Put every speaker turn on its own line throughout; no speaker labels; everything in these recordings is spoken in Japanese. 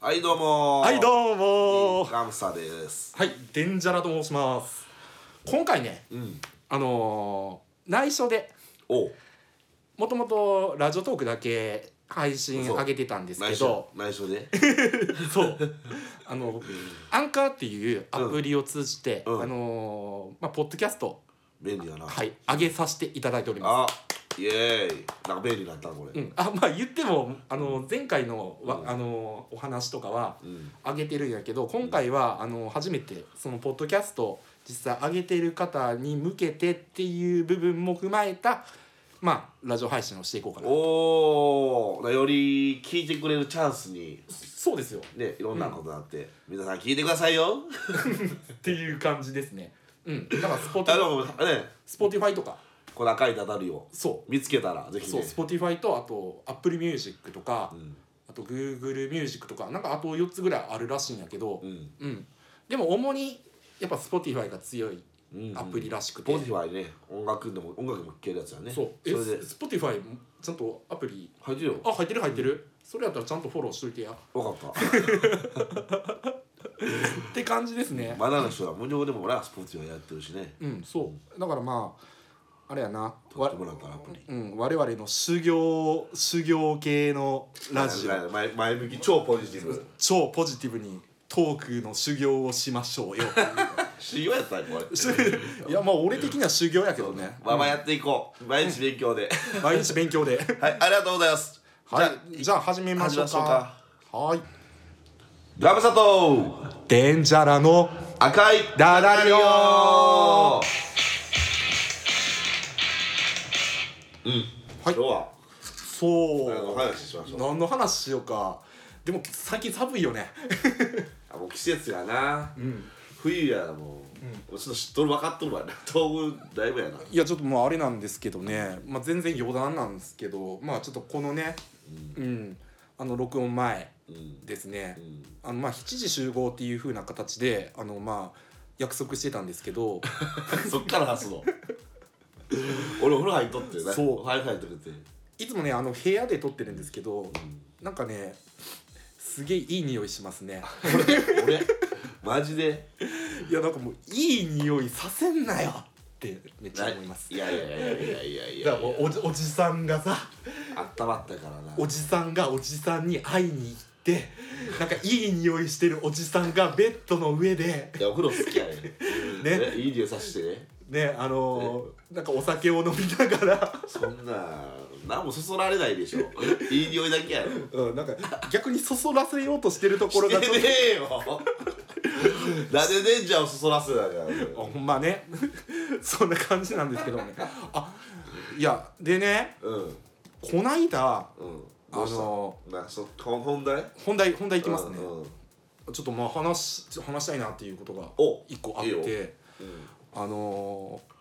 はいどうも
はい
も
どうも
ラムサです
はいデンジャラと申します今回ね
うん
あのー内緒で
おう
もともとラジオトークだけ配信
そう
上げてたんですけ
内
ど
緒内緒で
そうあのアンカーっていうアプリを通じて、
うんうん
あのーまあ、ポッドキャスト、
便利だな
はい、上げさせていただいております
あイエーイなんか便利になったなこ
う
れ
ん、あまあ言ってもあの前回のわ、
うん
あのお話とかは
うん
上げてるんやけど今回はあの初めてそのポッドキャストを実際上げてる方に向けてっていう部分も踏まえたまあラジオ配信をしていこうかな
おおより聞いてくれるチャンスに
そうですよ
ねいろんなことがあって、皆さん聞いてくださいよ
っていう感じですねうんだからスポテ
あ
ィ
でもね
スポティファイとか
この赤いたたりを
そ
見つけたらぜ
う
ひ
そう
ね
スポティファイとあとアップルミュージックとか、
うん
あとグーグルミュージックとかなんかあと4つぐらいあるらしいんやけど
うん
うん、でも主にやっぱスポティファイが強い
うん
アプリらしくて、
ポジファイね音楽でも音楽も聴けるやつだね
そうえ
それで
スポティファイちゃんとアプリ
入ってるよ
あ入ってる入ってる、それやったらちゃんとフォローしといてや
分かった
って感じです ね、
マナーの人は無料でもなスポーツはやってるしね
うんそうだからまああれやな
取っ
わ
てもらったらアプリ
うん、我々の修行修行系のラジオ
前前向き超ポジティブ
超ポジティブにトークの修行をしまし ょうよ
修行やったねこれ
いやまあ俺的には修行やけど ね
まあまあやっていこう毎日勉強で
毎日勉強で
はいありがとうございます
は
じゃ
いじゃあ始めましょう
始めま
かはい
あラブサト
デンジャラの
赤い
ダダリオ
オうん
はい
今日は
そ
お
う
話ししましょう
何の話しようかでも最近寒いよね
あもう季節がな冬やもうもうちょっと知っとる分かっとるわな東軍だいぶや ない
やちょっともうあれなんですけどね、まあ、全然余談なんですけどまあちょっとこのねうん、あの録音前
うん
ですね
うん
あのまあ7時集合っていう風な形であのまあ約束してたんですけ ど
そっから発 動俺お風呂入っとってね
そう
早く入っとって
いつもねあの部屋で撮ってるんですけどなんかねすげえいい匂いしますね
俺マジで
いやなんかもういい匂いさせんなよってめっちゃ思います
いやいやいやいやいやい
だ
や
からもうおじおじさんがさ
あったまったからな
おじさんがおじさんに会いに行ってなんかいい匂いしてるおじさんがベッドの上で
いやお風呂好きやね
ね
ねいい匂いさしてね
ねあのーなんかお酒を飲みながら、
そんな何もそそられないでしょいい匂いだけやろ
うん、なんか逆にそそらせようとしてるところ
して
がちょっと
ねえよなんでデンジャーをそそらせなきゃ
あ ほんまね そんな感じなんですけどねあいやでね
うんうん
こないだ
どうした
あの
なそこ本題
本題本題いきますね、
うんうん
ちょっとまあ話し話したいなっていうことが
お
一個あっ
いいよ
て。
うん
あのー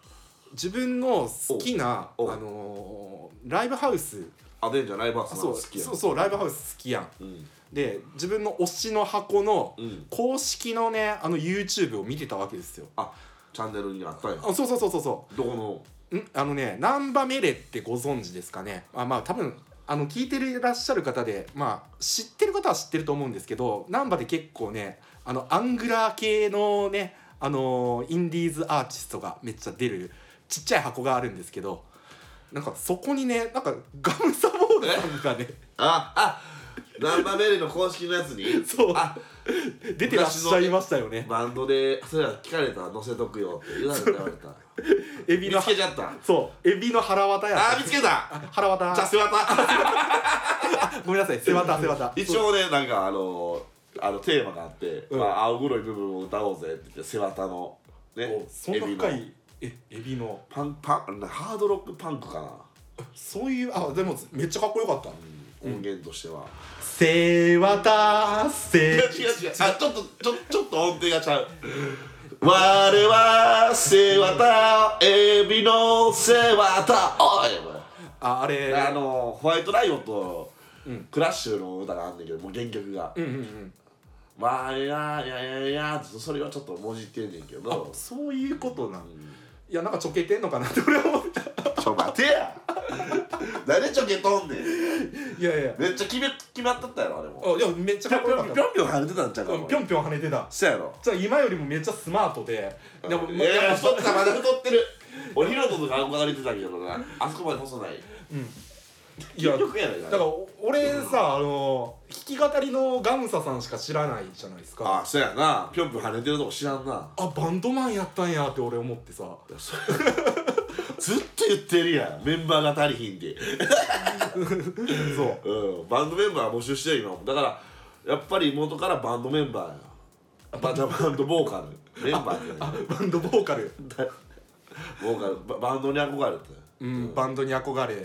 自分の好きな、あ
おうおう
のーライブハウス
あデンジャーライブハウス
あ
な
そ
の
う
好きやん
そうそうライブハウス好きやん
うん
で自分の推しの箱の
うん
公式のねあの YouTube を見てたわけですよ
あチャンネルにあったんや
あそうそうそうそうそ
どこ
うんあのねナンバメレってご存知ですかねあまあ多分あの聞いていらっしゃる方でまあ知ってる方は知ってると思うんですけどナンバで結構ねあのアングラー系のねあのーインディーズアーティストがめっちゃ出るちっちゃい箱があるんですけどなんかそこにねなんかガムサボールさんがね
のああナンバーベリーの公式のやつに
そう
あ
出てらっしゃいましたよね
バンドでそれは聞かれたら載せとくよって言われた言われた
エビ
見
の
つけちゃった
そうエビの腹渡や
あー見つけた
腹渡
じゃあ背わ た
ごめんなさい背渡背渡
一応ねなんかあのあのテーマがあって、
うん
まあ、青黒い部分を歌おうぜって言って背わたのね
おそんな深
エビの
いえエビの
パンパンハードロックパンクかな、
そういうあでもめっちゃかっこよかった
音源としては、
「せわた
違う
せ
違う違うあちょっとちょちょっと音程がちゃう我は背わたエビの背わたおい
ああれ
あのホワイトライオンと
うん
クラッシュの歌があるんだけどもう原曲が
うんうんうん
「まあいやいやいやいや」ちょっとそれはちょっともじってんねんけ
あ
ど
そういうことなんいやなんかちょけてんのかなって俺は思った
ちょ待てや何でちょけとんねん
いやいや
めっちゃ決め決まっとったやろあれも
あいやめっちゃ
ぴ
か
ょ
っ
ん
こ
ぴ
よ
ょ
か
ん
っ
ぴ
た
ょんぴょん跳ねてたんちゃうか
うんぴょんぴょん跳ねてた
そうやろ
じゃあ今よりもめっちゃスマートででも、
い
まあ
や
やっぱ
太ってたまだ太ってる俺ヒロトとか憧れてたけどなあそこまで細ない
いや
結局やない
だからお俺さあの弾き語りのガムサさんしか知らないじゃないです
あ
か
あそうやなぴょんぴょん跳ねてるとこ知らんな
あバンドマンやったんやって俺思ってさ
ずっと言ってるやんメンバーが足りひんで
そう
うんバンドメンバー募集してる今もだからやっぱり元からバンドメンバーやバンドバンドボーカルメンバーじゃ
あ
ない
バンドボーカル
ボーカルババンドに憧れて
うん、バンドに憧れ、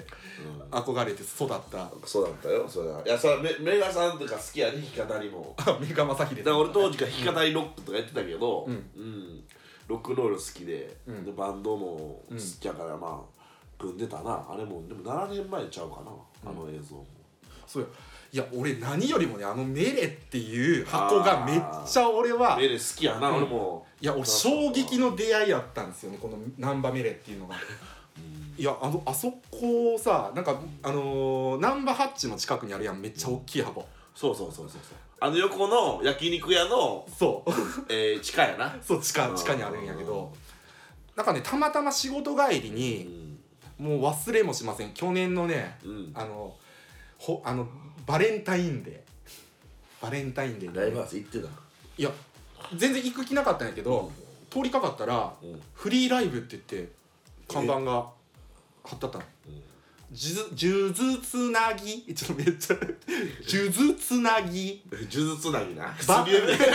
憧れて育った
そうだったよそれはいやさメメガさんとか好きやね弾き語りも
あメガマサヒデ
だ
さ
か
ん
ら
とか
俺
ね
当時から弾き語りロックとかやってたけど、うんんロックンロール好きで,、
ん
でバンドも好きやからまあ組んでたなあれもでも7年前ちゃうかなあの映像も、
そうよいや俺何よりもねあのメレっていう箱がめっちゃ俺は
メレ好きやな、俺も
いや俺衝撃の出会いやったんですよねこの難波メレっていうのが。いやあのあそこをさなんかあのー、難波ハッチの近くにあるやんめっちゃ大きい箱
そうそうそうそうそうあの横の焼肉屋の、
そう
えー、地下やな
そう地下地下にあるんやけどなんかねたまたま仕事帰り
う
に
ん
もう忘れもしません去年のね
うん
あのほあのバレンタインデーバレンタインデーに
ライブハウス行ってた
いや全然行く気なかったんやけど、通りかかったら、
うん
フリーライブって言って看板が貼ってあったの
ん
「数珠、つなぎ」えちょっとめっちゃ「数珠つなぎ
数珠つなぎな
バ
薬指で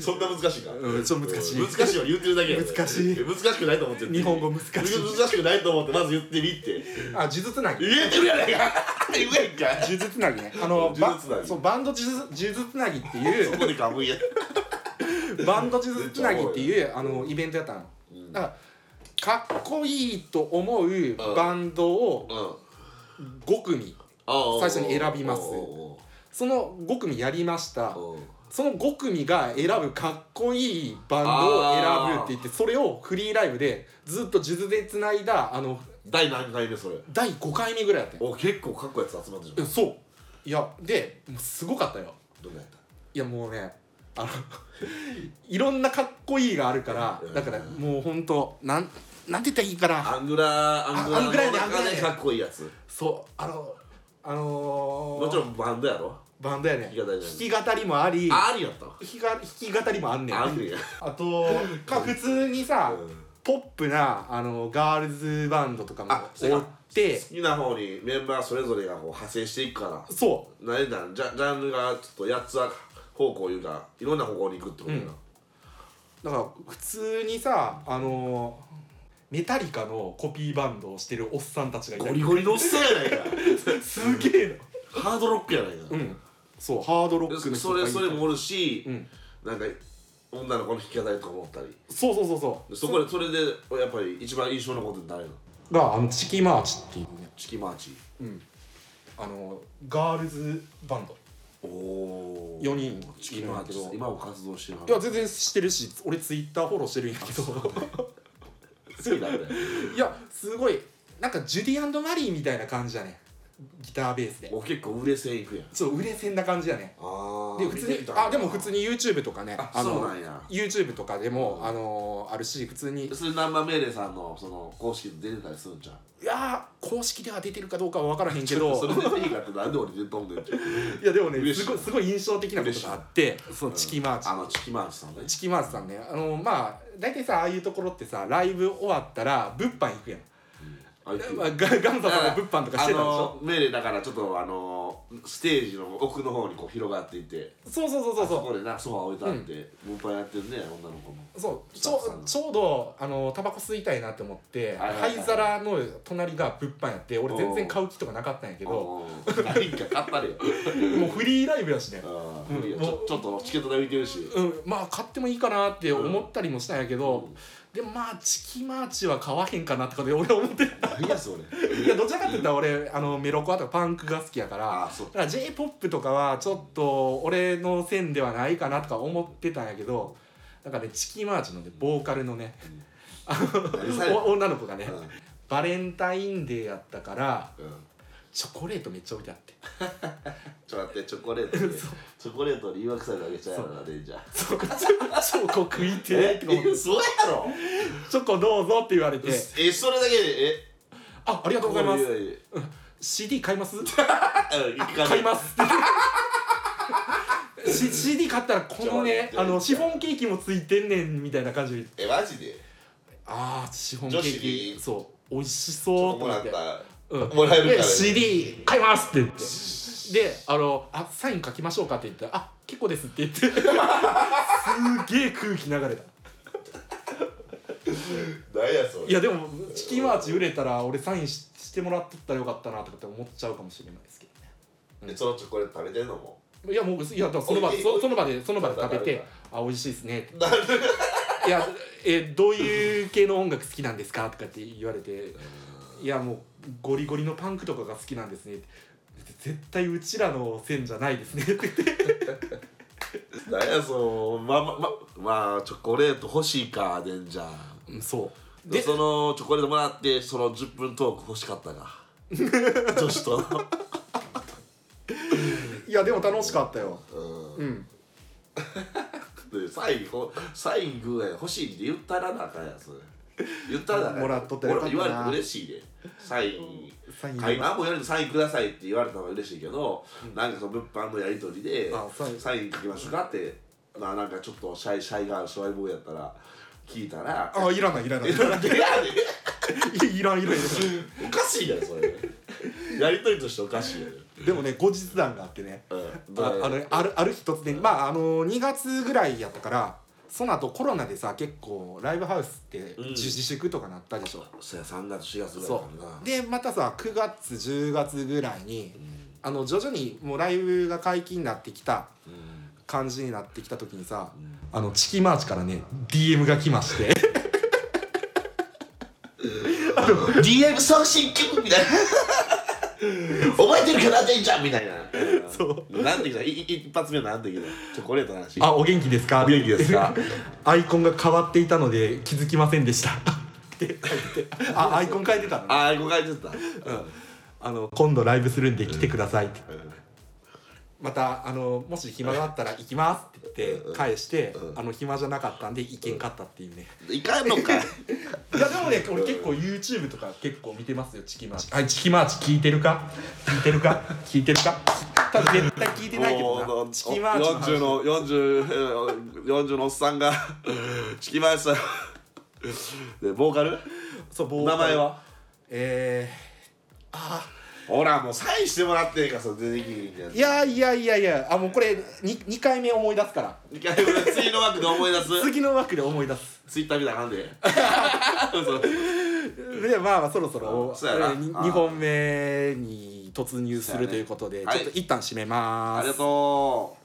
そんな難しいか」
うんちょっと難しい
難しいよ言ってるだけやで
難しい
難しくないと思って言って
日本語難しい
難しくないと思ってまず言ってみって
あ数珠つなぎ
言えてるやないか 言えんか
数珠つなぎねあの
数珠つなぎ
ばそうバンド数珠数珠つなぎってい
そうこでかぶんや
バンド数珠つなぎっていうあのイベントやったの、だからかっこいいと思うバンドを
うん
5組最初に選びます
お
その5組やりました
ーおーおーおー
その5組が選ぶかっこいいバンドを選ぶって言ってそれをフリーライブでずっと数珠でつないだあの
第何回目それ
第5回目ぐらいやったよ
お結構かっこいいやつ集まってるじ
えそういやでもうすごかったよ
ゃんどんなやった
いやもうねあの いろんなかっこいいがあるからだからもうほんとなんなんて言ったらいいかな
アングラアングラ
あアングラやね
の中
アングラや
で
ね
かっこいいやつ
そうあのあのー、
もちろんバンドやろ
バンドやね
弾き語り
弾き語りもあり弾
ありやったわ
きが弾き語りもあんねん
あるや
あとか普通にさ、
うん
ポップなあのガールズバンドとかも
あそう
追
か
って
好きな方にメンバーそれぞれがこう派生していくから
そう
何だジャジャンルがちょっと8つ方向いうかいろんな方向に行くってことやな、
うんだから普通にさあのメタリカのコピーバンドをしてるおっさんたちがいた
ゴリ
り
ゴリのおっさんやないか
すげえ
ハードロックやないか、
なうんそうハードロックの
で
人
そ
とかい
れ
た
それもおるし、
うん
なんか女の子の弾き語りとか持ったり
そうそうそうそう
でそこでそれでやっぱり一番印象残ってるの誰の
があのチキマーチっていうね
チキマーチ
うんあのガールズバンド
おお
4人
チ
い
キ
るん
マ
や
ー
け
チ
ど
今も活動してるはい
や全然してるし俺ツイッターフォローしてるんやけど
好き なんだよ
いやすごいなんかジュディマリーみたいな感じだねギターベースで
お結構売れ線いくやん
そう売れ線な感じだね
あー
で普通
見
に
てた
あでも普通に YouTube とかね
あ
あの
そうなんや
YouTube とかでも、あのーあるし普通にい
それナンバーメイレさんのその公式で出てたりするんじゃん
やー公式では出てるかどうかは分からへんけど
それでいいかってなんで俺出とんねんじゃん
いやでもね
嬉しい
すごいすごい印象的なことがあってそのチキマーチ、
あのチキマーチさんね
チキマーチさんねあのーまあ大体さああいうところってさライブ終わったら物販行くやん、
あいつ
まあ、ガガムサさんが物販とかしてたでし
あ
ょ
のメイレだからちょっとあのステージの奥の方にこう広がっていて
そうそうそうそうそう
そこでなソファ置いてあって物販やってるね女の子も
そうち
スタッ
ょ
フさんが
ちょうどあのタバコ吸いたいなって思って
はいはいはい
灰皿の隣が物販やって俺全然買う気とかなかったんやけど
あー何か買ったれよ
もうフリーライブやしね
あ
うん
ーいいよち
も
ょ
う
ちょっとチケット代浮いてるし
うんまあ買ってもいいかなって思ったりもしたんやけど、でもまあチキマーチは買わへんかなとかで俺は思ってた
何やそれ
いやどちらかって言ったら俺あのメロコアとかパンクが好きやから
あーそう
だから j p o p とかはちょっと俺の線ではないかなとか思ってたんやけどなんかねチキマーチのねボーカルのね、
何され
お女の子がね、
うん
バレンタインデーやったから
うん
チョコレートめっちゃ置いてあ って
ちょっと待ってチョコ レートでチョコレートに誘惑されるわけちゃうやろなレンジャー
そうチョコ食いてー
え
って思って
そうやろ
チョコどうぞって言われて
えそれだけでえ
あありがとうございます
こういう
CD 買います
うん行かない
買います C- CD 買ったらこのね
ちょ
あの
ち
シ
ょ
フォンケーキもついてんねんみたいな感じで
えマジで
あーシフォンケー
女子
キ
に
そう美味し
チ
そう
ョ
と
コ
思
な
っ
ん
て
か
うん
もらえるから
で CD 買いますって言って であのあサイン書きましょうかって言ったらあ結構ですって言って すげえ空気流れた
何やそれ
いやでもチキンマーチ売れたら俺サインししてもらっとったらよかったなとかって思っちゃうかもしれないですけどね
えそのチョコレート食べてんのも
いやもういやだからその場でそその場でその場で食べて「あ美味しいですね」って
なる
いやえどういう系の音楽好きなんですか?」とかって言われて「いやもうゴリゴリのパンクとかが好きなんですね」って絶対うちらの線じゃないですね」って言って
何やそうまあまままあチョコレート欲しいかレンジャー
うんそう
で
で
そのチョコレートもらってその10分トーク欲しかった か女子との
いやでも楽しかったようん
でサインほサインぐらい欲しいって言ったらなあかんやつ言ったらなあかんや
もらっとったらよかったな
俺も言われて嬉しいでサイン
サイン
はい、何も言われてサインくださいって言われたのは嬉しいけど、なんかその物販のやり取りで
あサイン
サイン書きましょうかってまあなんかちょっとシャイシャイがシャイボーイやったら聞いたら
あいらないいらな
え
いい
なんでやね
いらんいらんい
んおかしいやろそれやり取りとしておかしいや
らんでもね後日談があってね
ろ、うん、
ああのねあるある日突然まああの2月ぐらいやったからその後コロナでさ結構ライブハウスって
うん
自自粛とかなったでしょ、
そや3月4月ぐらい
そ
かな
うでまたさ9月10月ぐらいにあの徐々にもうライブが解禁になってきた
うんうん
感じになってきた時にさ
うん
あのチキマーチからね DM が来まして
DM 送信器みたいな覚えてるかなデンちゃんみたいな
そう
なんて言うのいい一発目なんて言うのチョコレートの話
あお元気ですか
お元気ですか
アイコンが変わっていたので気づきませんでしたって書いて あアイコン変えてたのね
ああ誤解ちゃった、
あの今度ライブするんで来てくださいって、またあのもし暇があったら行きますって言って返して、
うん
あの暇じゃなかったんで意見勝ったっていうね、
いかんのかい
いやでもね俺結構 YouTube とか結構見てますよチキマーチはいチキマーチ聞いてるか聞いてるか 聞いてるか多分絶対聞いてないけどなチキマーチの
40の
話
40 40のおっさんがチキマーチさんでボーカル
そうボーカ
名前
ル
は
えー、あ
ほらもうサインしてもらってんからそれ出てきるんじゃん
ーいやいやいやいやあもうこれ 2, 二回目思い出すから
一回ぐらい次の枠で思い出す
次の枠で思い出す
ツイッター見たらあかんで嘘
でまあまあそろそろ
あそうやなあ
2本目に突入するということ
そ
で、
うやね
ちょっと一旦締めま
あ
す、
りがとう